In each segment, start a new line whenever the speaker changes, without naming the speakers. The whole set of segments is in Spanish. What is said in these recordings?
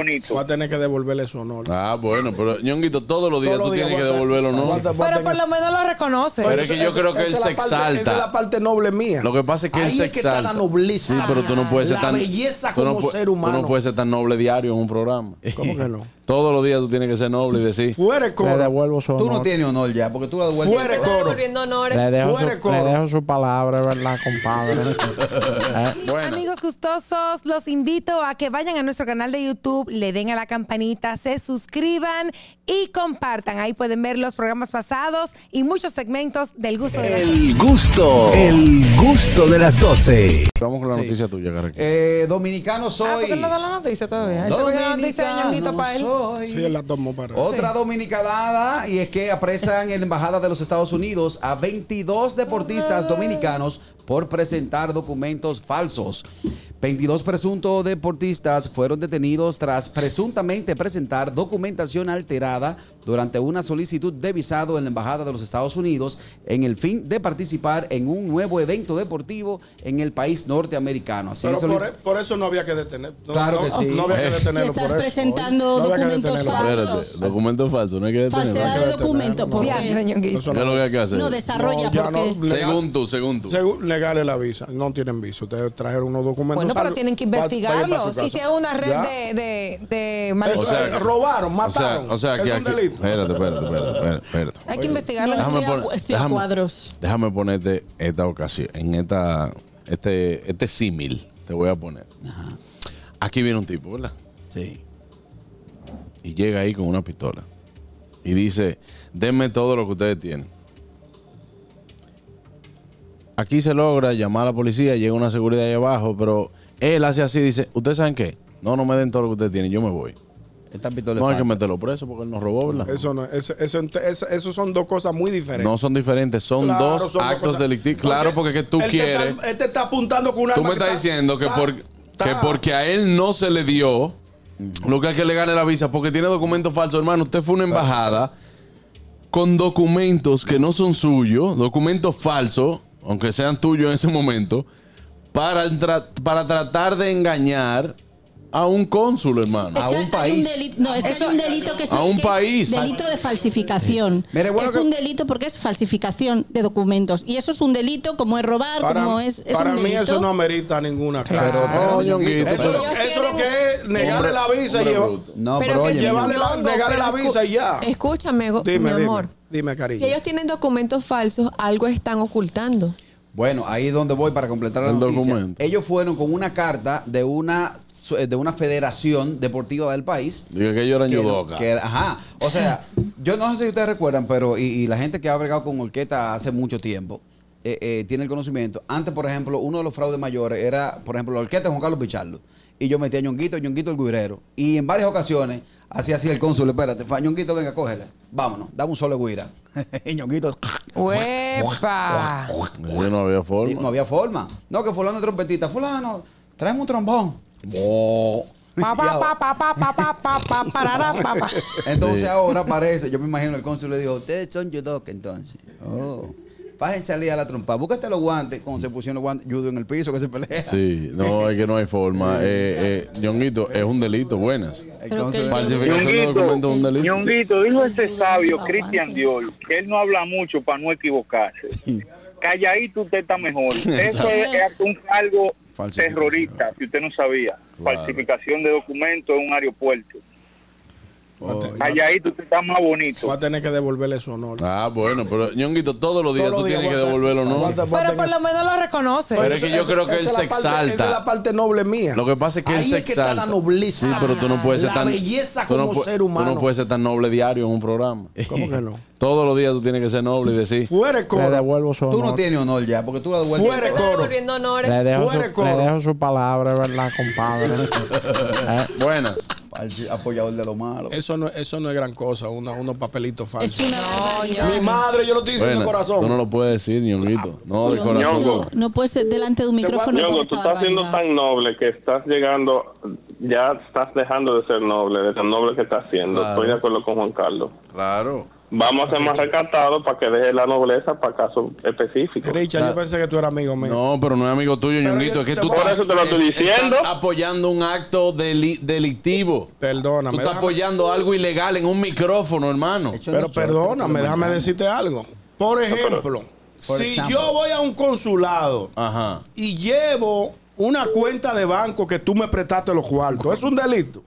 bonito.
Va a tener que devolverle su honor.
Ah, bueno, pero ñonguito, todos los días
Todos
tú
los días
tienes que
voy a-
devolverlo, ¿no?
voy a- voy a
Pero
tener-
por lo menos lo reconoce.
Pero es que yo creo que
Esa
él
es
se
la parte- Esa es la
exalta.
parte noble mía.
Lo que pasa es que él
Ahí
se
es que está
exalta.
la nobleza.
Sí, pero tú no puedes ser
La
tan.
belleza
tú no
como
pu-
ser
Tú
humano.
no puedes ser tan noble diario en un programa.
¿Cómo que no?
Todos los días tú tienes que ser noble y decir.
Fuera de
Le
coro.
devuelvo su
Tú
honor.
no tienes honor ya, porque tú la devuelves.
Fuera de coro.
Volviendo honores.
le, dejo
fuera
su,
coro.
le dejo su palabra, ¿verdad, compadre? Eh, bueno.
Amigos gustosos, los invito a que vayan a nuestro canal de YouTube, le den a la campanita, se suscriban y compartan. Ahí pueden ver los programas pasados y muchos segmentos del gusto de la
El gusto, el gusto de las 12.
Vamos con la noticia tuya, Carrequín.
Eh, dominicano
Ah,
soy.
porque no da la noticia todavía. Él se cogió la noticia de Ñonguito para él.
Dominicano soy.
Sí, él la tomó para.
Oh,
Otra dominicanada y es que apresan en la embajada de los Estados Unidos a 22 deportistas dominicanos por presentar documentos falsos. 22 presuntos deportistas fueron detenidos tras presuntamente presentar documentación alterada durante una solicitud de visado en la embajada de los Estados Unidos en el fin de participar en un nuevo evento deportivo en el país norteamericano. Así
Pero
es,
por, e- por eso no había que detener. No,
Claro
no-
que sí.
No había que
Si
Si
detenerlo.
estás
por eso.
presentando
No había que
documentos
detenerlo.
Espérate,
falsos,
documento falso, no hay que detenerlo.
falsedad
que
de
detenerlo,
documentos,
no.
Diantre,
porque
Ñonguito.
Eso
¿Qué es lo que hay que hacer?
no desarrolla,
No, ya
porque
no.
según tú, según tú.
Según legales la visa, no tienen visa. Ustedes trajeron unos documentos.
Bueno, pero
sal-
tienen que
pa- pa-
investigarlos.
pa-
Y si es una red
Ya.
de, de, de
Eso
O
malhechores,
sea,
es, robaron,
O sea,
mataron.
o sea
Es
que
un
aquí. eh.
delito.
Espérate, espérate, espérate, espérate, espérate.
hay que
no,
investigarlos.
Déjame
estoy, a,
poner-
estoy a
déjame-
cuadros.
Déjame ponerte esta ocasión, en esta, este, este símil, te voy a poner. Aquí viene un tipo, ¿verdad?
Sí.
Y llega ahí con una pistola. Y dice, denme todo lo que ustedes tienen. Aquí se logra llamar a la policía, llega una seguridad ahí abajo, pero él hace así, dice, ¿ustedes saben qué? No, no me den todo lo que ustedes tienen, yo me voy.
Esta pistola
No hay
falsa.
que meterlo preso porque él nos robó, ¿verdad?
Eso no, eso, eso, eso- eso son dos cosas muy diferentes.
No son diferentes, son
Claro,
dos
son
actos
cosas-
delictivos. Claro, porque que tú
él te está-
quieres...
él te está apuntando con una
Tú
arma
me estás
que está-
diciendo que,
está-
por- que
está-
porque a él no se le dio lo que hay que le gane la visa, porque tiene documentos falsos, hermano. Usted fue a una embajada con documentos que no son suyos, documentos falsos, aunque sean tuyos en ese momento, para, entra- para tratar de engañar a un cónsul, hermano.
Es
A
que
un
hay
país.
delito, no, es que hay un delito que es,
A un
que es
país.
delito de falsificación.
Mire, bueno
es
que-
un delito porque es falsificación de documentos. Y eso es un delito como es robar,
Para,
como es, es
para
un
mí
delito.
eso no amerita ninguna clase.
Pero, no, Ñonguito,
eso,
pero-
eso es lo que es negarle
Hombre-
la visa y
hombre
llevar-
bruto.
No,
Pero
pero,
que
oye.
si
mi
llevarle
amor.
la-
Ñongo,
negarle
pero
la
escu-
visa y ya.
Escúchame, go-
Dime,
mi
dime,
amor.
dime, cariño.
Si ellos tienen documentos falsos, algo están ocultando.
Bueno, ahí es donde voy para completar la
El
noticia.
documento.
Ellos fueron con una carta de una eh, de una federación deportiva del país.
Digo que ellos eran
que-
yudoka.
que- ajá. O sea, yo no sé si ustedes recuerdan, pero y, y la gente que ha bregado con Orqueta hace mucho tiempo eh, eh, tiene el conocimiento. Antes, por ejemplo, uno de los fraudes mayores era, por ejemplo, la Orqueta de Juan Carlos Pichardo. Y yo metí a Ñonguito, Ñonguito el guirero. Y en varias ocasiones, así así el cónsul, espérate, fa, Ñonguito, venga, cógela. Vámonos, dame un solo guira. y Ñonguito,
¡Uepa!
Yo no había
Y
forma.
No había forma. No, que fulano es trompetista. Fulano, tráeme un trombón. Bo.
Pa,
Y
pa,
ahora-
pa, pa, pa, pa, pa, pa, pa, parará, pa, pa.
Entonces ahora parece, yo me imagino el cónsul le dijo, ustedes son judoka entonces. Oh. Pasen salir a la trompa. Búscate los guantes. Cuando se pusieron los guantes, judo en el piso que se pelea.
Sí, no, es que no hay forma. Eh, eh, Ñonguito, es un delito, buenas.
El
Pero
cónsul-
que-
Falsificación de documentos es un delito.
Ñonguito, dijo este sabio, Cristian Diol, que él no habla mucho para no equivocarse. Calladito usted está mejor. Eso es, es un cargo
Falsificación.
terrorista, si usted no sabía.
Claro.
Falsificación de documentos en un aeropuerto.
Va a
Oh,
te-
Calladito usted está más
Va
bonito.
a tener que devolverle su honor.
Ah, bueno, pero ñonguito, todos los días
Todos
tú
los días
tienes
voy
que
a tener-
devolverlo, ¿no?
voy a- voy a
Pero
tener-
por lo menos lo reconoce.
Pero es que yo
Esa-
creo que
esa
él
es
se
la parte- Esa es la
exalta.
parte noble mía.
Lo que pasa es que él
Ahí
se
es que está la
exalta.
nobleza.
Sí, pero tú no puedes ser
La
tan.
belleza
tú no
como
pu-
ser
Tú
humano. Eh.
no puedes ser tan noble diario en un programa.
¿Cómo que no?
Todos los días tú tienes que ser noble y decir.
Fuera de
Le
coro.
devuelvo su honor.
Tú no tienes honor ya, porque tú la devuelves.
Fuera de coro.
Volviendo honores.
le, dejo su,
Fuera coro.
le dejo su palabra, ¿verdad, compadre? Eh,
Buenas.
Falsi- Apoyador de lo malo.
Eso no, eso no es gran cosa, una- unos papelitos
Es
falsos.
una barbaridad.
Mi madre, yo lo estoy diciendo de
Buenas.
corazón.
Tú no lo puedes decir, ñonguito. No, de
Yo-
corazón.
No, no puedes ser delante de un micrófono.
Ñongo,
con
tú
esa
estás siendo
barbaridad.
tan noble que estás llegando, ya estás dejando de ser noble, de tan noble que estás siendo.
Claro.
Estoy de acuerdo con Juan Carlos.
Claro.
Vamos a ser más recatados para que deje la nobleza para casos específicos.
Richard, yo pensé que tú eras amigo mío.
No, pero no es amigo tuyo, ñonguito. Es que tú
Por eso te lo estoy
es-
diciendo.
estás apoyando un acto deli- delictivo. Tú
Perdóname.
estás
déjame-
apoyando algo ilegal en un micrófono, hermano.
Pero perdóname, déjame decirte algo. Por ejemplo,
Por
si
ejemplo.
yo voy a un consulado
Ajá.
y llevo una cuenta de banco que tú me prestaste los cuartos, es un delito.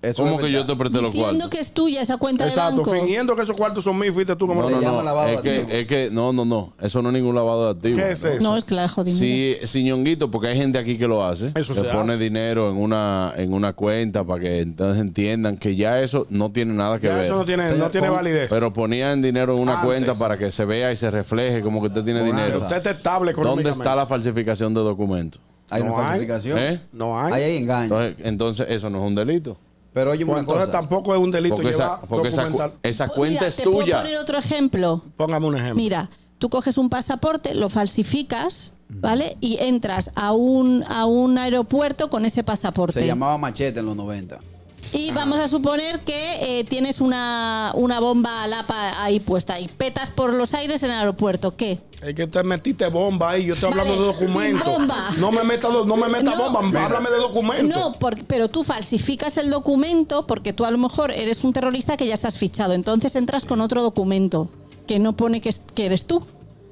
Eso
¿Cómo
es
que yo
verdad.
te presté los
Diciendo
cuartos?
que es tuya esa cuenta
Exacto,
de banco.
fingiendo que esos cuartos son míos, fuiste tú como
No,
se
no,
llama
no.
lavado de
Es que,
activos?
es que, no, no, no. Eso no es ningún lavado de activos.
¿Qué es eso?
No, es claro, jodido.
Sí, sí, ñonguito, porque hay gente aquí que lo hace.
Eso
que
se
pone
hace.
dinero en una, en una cuenta para que entonces entiendan que ya eso no tiene nada que
Ya
ver.
eso no tiene,
Señor,
no tiene
con-
validez.
Pero ponían dinero en una
Antes.
cuenta para que se vea y se refleje como que usted tiene
Claro.
dinero.
Usted está estable
¿Dónde
económicamente.
está la falsificación de documentos?
Hay una
No hay.
falsificación.
¿Eh?
No
Ahí
hay.
hay engaño.
Entonces, entonces eso no es un delito.
Pero oye,
Pues
una
entonces
cosa.
tampoco es un delito
Porque esa,
llevar
porque esa cu-
documental.
esa
Pues Mira,
cuenta es
¿te puedo
tuya.
poner otro ejemplo?
Póngame un ejemplo.
Mira, tú coges un pasaporte, lo falsificas,
Mm.
¿vale? Y entras a un, a un aeropuerto con ese pasaporte.
Se llamaba machete en los 90.
Ah.
Y vamos a suponer que eh, tienes una, una bomba a lapa ahí puesta y petas por los aires en el aeropuerto. ¿Qué?
Es que te metiste bomba ahí. Yo estoy
Vale,
hablando de
sin
documentos.
bomba.
No me meta, do- no me meta
No.
bomba.
Mira.
Háblame de documentos.
No, por- pero tú falsificas el documento porque tú a lo mejor eres un terrorista que ya estás fichado. Entonces entras con otro documento que no pone que, es- que eres tú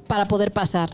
para poder pasar.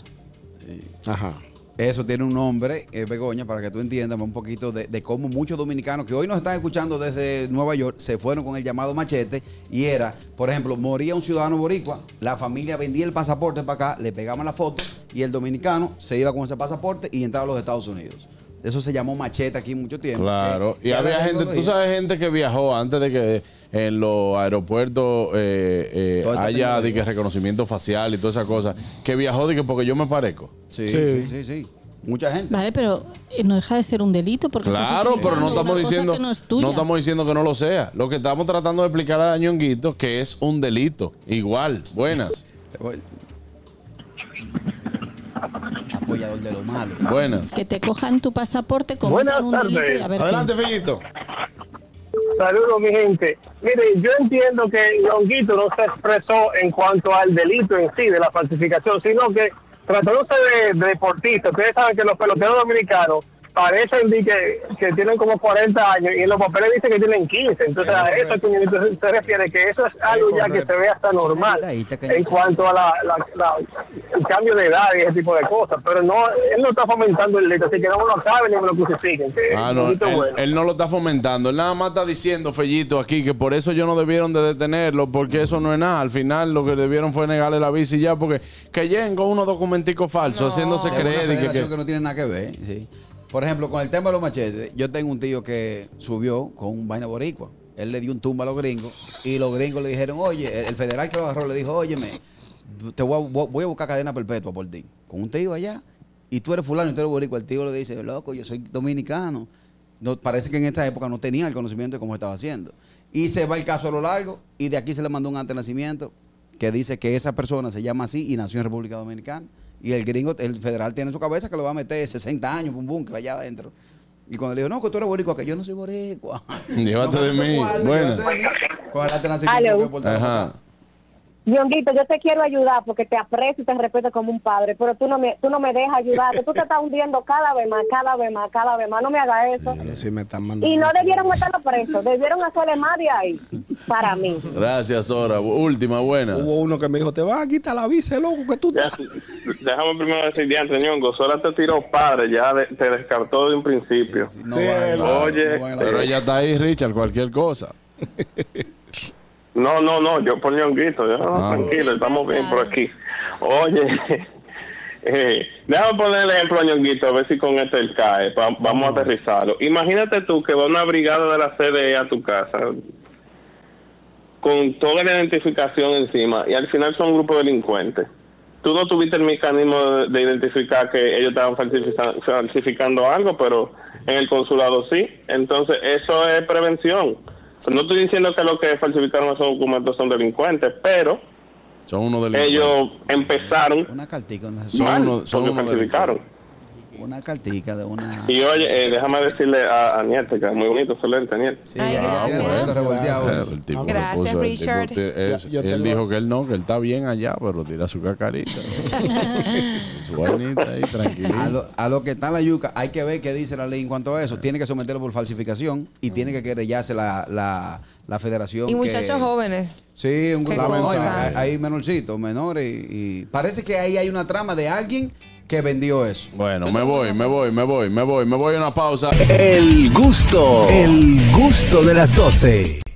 Ajá.
Eso tiene un nombre, eh, Begoña, para que tú entiendas un poquito de, de cómo muchos dominicanos que hoy nos están escuchando desde Nueva York se fueron con el llamado machete y era, por ejemplo, moría un ciudadano boricua, la familia vendía el pasaporte para acá, le pegaban la foto y el dominicano se iba con ese pasaporte y entraba a los Estados Unidos. Eso se llamó machete aquí mucho tiempo.
Claro, y
Eh, ya
había
la
gente, tú
tecnología-
sabes, gente que viajó antes de que en los aeropuertos eh, eh,
Toda esta
haya de
tecnología.
que reconocimiento facial y toda esa cosa, que viajó de que porque yo me parezco.
Sí,
Sí.
sí, sí, sí. Mucha gente.
Vale, pero eh, no deja de ser un delito porque estás
Claro, pero no
utilizando
estamos
una cosa
diciendo
que no, es
no,
tuya.
estamos diciendo que no lo sea. Lo que estamos tratando de explicar a Ñonguito que es un delito. Igual, buenas,
Apoyador de lo malo.
buenas.
que te cojan tu pasaporte como
Buenas
un
tardes.
delito y a ver qué.
Adelante, Fellito.
Saludos, mi gente. Mire, yo entiendo que Longuito no se expresó en cuanto al delito en sí de la falsificación, sino que tratándose de, de deportistas, ustedes saben que los peloteros dominicanos parecen di que, que tienen como 40 años y en los papeles dice que tienen 15. Entonces, a eso que Ñonguito se- se refiere, que eso es algo ya que se ve hasta normal
Ahí está, cañita.
en cuanto a la, la- la- el cambio de edad y ese tipo de cosas. Pero no, él no está fomentando el delito, así que no me lo acaben ni me lo crucifiquen. que
Ah, no, él,
Ñonguito es bueno.
él no lo está fomentando. Él nada más está diciendo, Fellito, aquí, que por eso ellos no debieron de detenerlo, porque eso no es nada. Al final lo que debieron fue negarle la visa y ya, porque que lleguen con unos documenticos falsos, haciéndose
Es una
creer. y que-
federación
que-
que, no tiene nada que ver. sí. Por ejemplo, con el tema de los machetes, yo tengo un tío que subió con un vaina boricua. Él le dio un tumba a los gringos y los gringos le dijeron, oye, el- el federal que lo agarró le dijo, óyeme, te voy a, vo- voy a buscar cadena perpetua por ti. Con un tío allá y tú eres fulano y tú eres boricua. El tío le dice, loco, yo soy dominicano. No, parece que en esta época no tenía el conocimiento de cómo estaba haciendo. Y se va el caso a lo largo y de aquí se le mandó un antenacimiento que dice que esa persona se llama así y nació en República Dominicana. Y el gringo, el federal tiene en su cabeza que lo va a meter 60 años, un búnker allá adentro. Y cuando le digo, no, que tú eres boricua, que yo no soy boricua.
Llévate
No,
de mí.
guarda,
Buena.
llévate de mí. Con el antenacimiento
Aló.
que portaba para
Ajá.
acá.
Dionguito, yo te quiero ayudar porque te aprecio y te respeto como un padre, pero tú no me, tú no me dejas ayudarte. Tú te estás hundiendo cada vez más, cada vez más, cada vez más. No me hagas eso.
Pero sí me están mandando.
Y no debieron meterlo preso, debieron hacerle más de ahí, para mí.
Gracias, Sora. Última, buenas.
Hubo uno que me dijo, te vas a quitar la visa, loco, que tú...
Ya, Déjame primero decir, ya, señor, Gozora te tiró padre, ya de- te descartó de un principio.
No
Sí,
van, no van,
oye, este,
no van a la-
Pero ella está ahí, Richard, cualquier cosa.
No, no, no, yo por ñonguito, yo, no,
Ah.
tranquilo, estamos bien por
claro.
aquí. Oye, eh, déjame poner el ejemplo a ñonguito, a ver si con este él cae, pa- vamos a aterrizarlo. Imagínate tú que va una brigada de la CDE a tu casa con toda la identificación encima y al final son un grupo de delincuentes. Tú no tuviste el mecanismo de, de identificar que ellos estaban falsifica- falsificando algo, pero en el consulado sí. Entonces, eso es prevención. No estoy diciendo que los que falsificaron esos documentos son delincuentes, pero
Son uno de
ellos empezaron
Una cartica. una-
Son
mal
uno- son
porque
uno
falsificaron.
Una cartica de una.
Y oye, eh, déjame decirle a, a Nieto, que es muy bonito, excelente, Nieto.
Ah, bueno, el tipo le
Gracias,
puso- el tipo
Richard.
te- es-
Yo- yo te
él
lo-
dijo que él no, que él está bien allá, pero tira su cacarita. ¿no? su vainita ahí, tranquilo.
A lo, a lo que está en la yuca, hay que ver qué dice la ley en cuanto a eso. Tiene que someterlo por falsificación y tiene que querellarse la, la, la federación.
Y
que-
muchachos jóvenes.
Sí, un
Qué
grupo. no,
cosa.
hay, hay menorcitos, menores. Y, y parece que ahí hay una trama de alguien que vendió eso.
Bueno, me voy, me voy, me voy, me voy, me voy a una pausa.
El gusto, el gusto de las 12.